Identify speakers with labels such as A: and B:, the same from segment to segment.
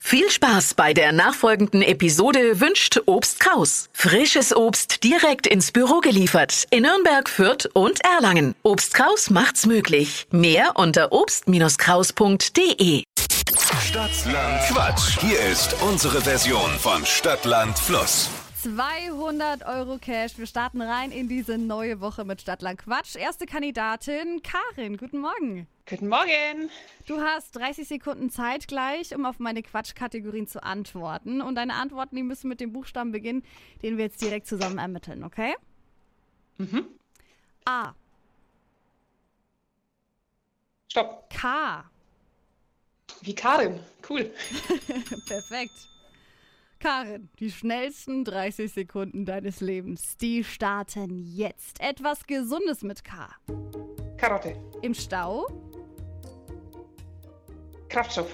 A: Viel Spaß bei der nachfolgenden Episode wünscht Obst Kraus. Frisches Obst direkt ins Büro geliefert in Nürnberg, Fürth und Erlangen. Obst Kraus macht's möglich. Mehr unter obst-kraus.de.
B: Stadtland Quatsch. Hier ist unsere Version von Stadtland Fluss.
C: 200 Euro Cash. Wir starten rein in diese neue Woche mit Stadtland Quatsch. Erste Kandidatin Karin, guten Morgen.
D: Guten Morgen.
C: Du hast 30 Sekunden Zeit gleich, um auf meine Quatschkategorien zu antworten. Und deine Antworten, die müssen mit dem Buchstaben beginnen, den wir jetzt direkt zusammen ermitteln, okay? Mhm. A,
D: Stopp.
C: K,
D: Wie Karin. Cool.
C: perfekt. Karin, die schnellsten 30 Sekunden deines Lebens, die starten jetzt. Etwas Gesundes mit K.
D: Karotte.
C: Im Stau,
D: Kraftstoff.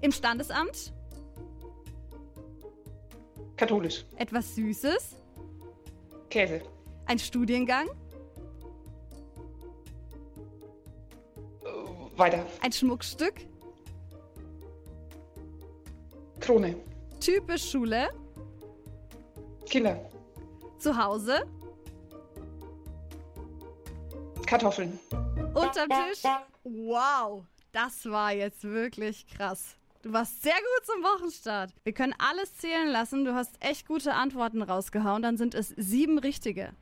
C: im Standesamt,
D: Katholisch.
C: etwas Süßes,
D: Käse.
C: Ein Studiengang,
D: Weiter.
C: ein Schmuckstück,
D: Krone.
C: typisch Schule,
D: Kinder.
C: zu Hause,
D: Kartoffeln.
C: unterm Tisch. Wow, das war jetzt wirklich krass. Du warst sehr gut zum Wochenstart. Wir können alles zählen lassen. Du hast echt gute Antworten rausgehauen. Dann sind es sieben richtige.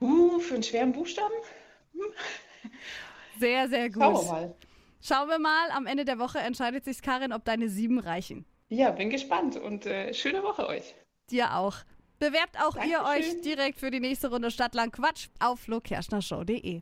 D: Uh, für einen schweren Buchstaben?
C: Sehr, sehr gut.
D: Schauen wir mal.
C: Schauen wir mal. Am Ende der Woche entscheidet sich Karin, ob deine sieben reichen.
D: Ja, bin gespannt und äh, schöne Woche euch.
C: Dir auch. Bewerbt auch ihr
D: Dankeschön.
C: euch direkt für die nächste Runde Stadtland Quatsch auf flokerschnershow.de.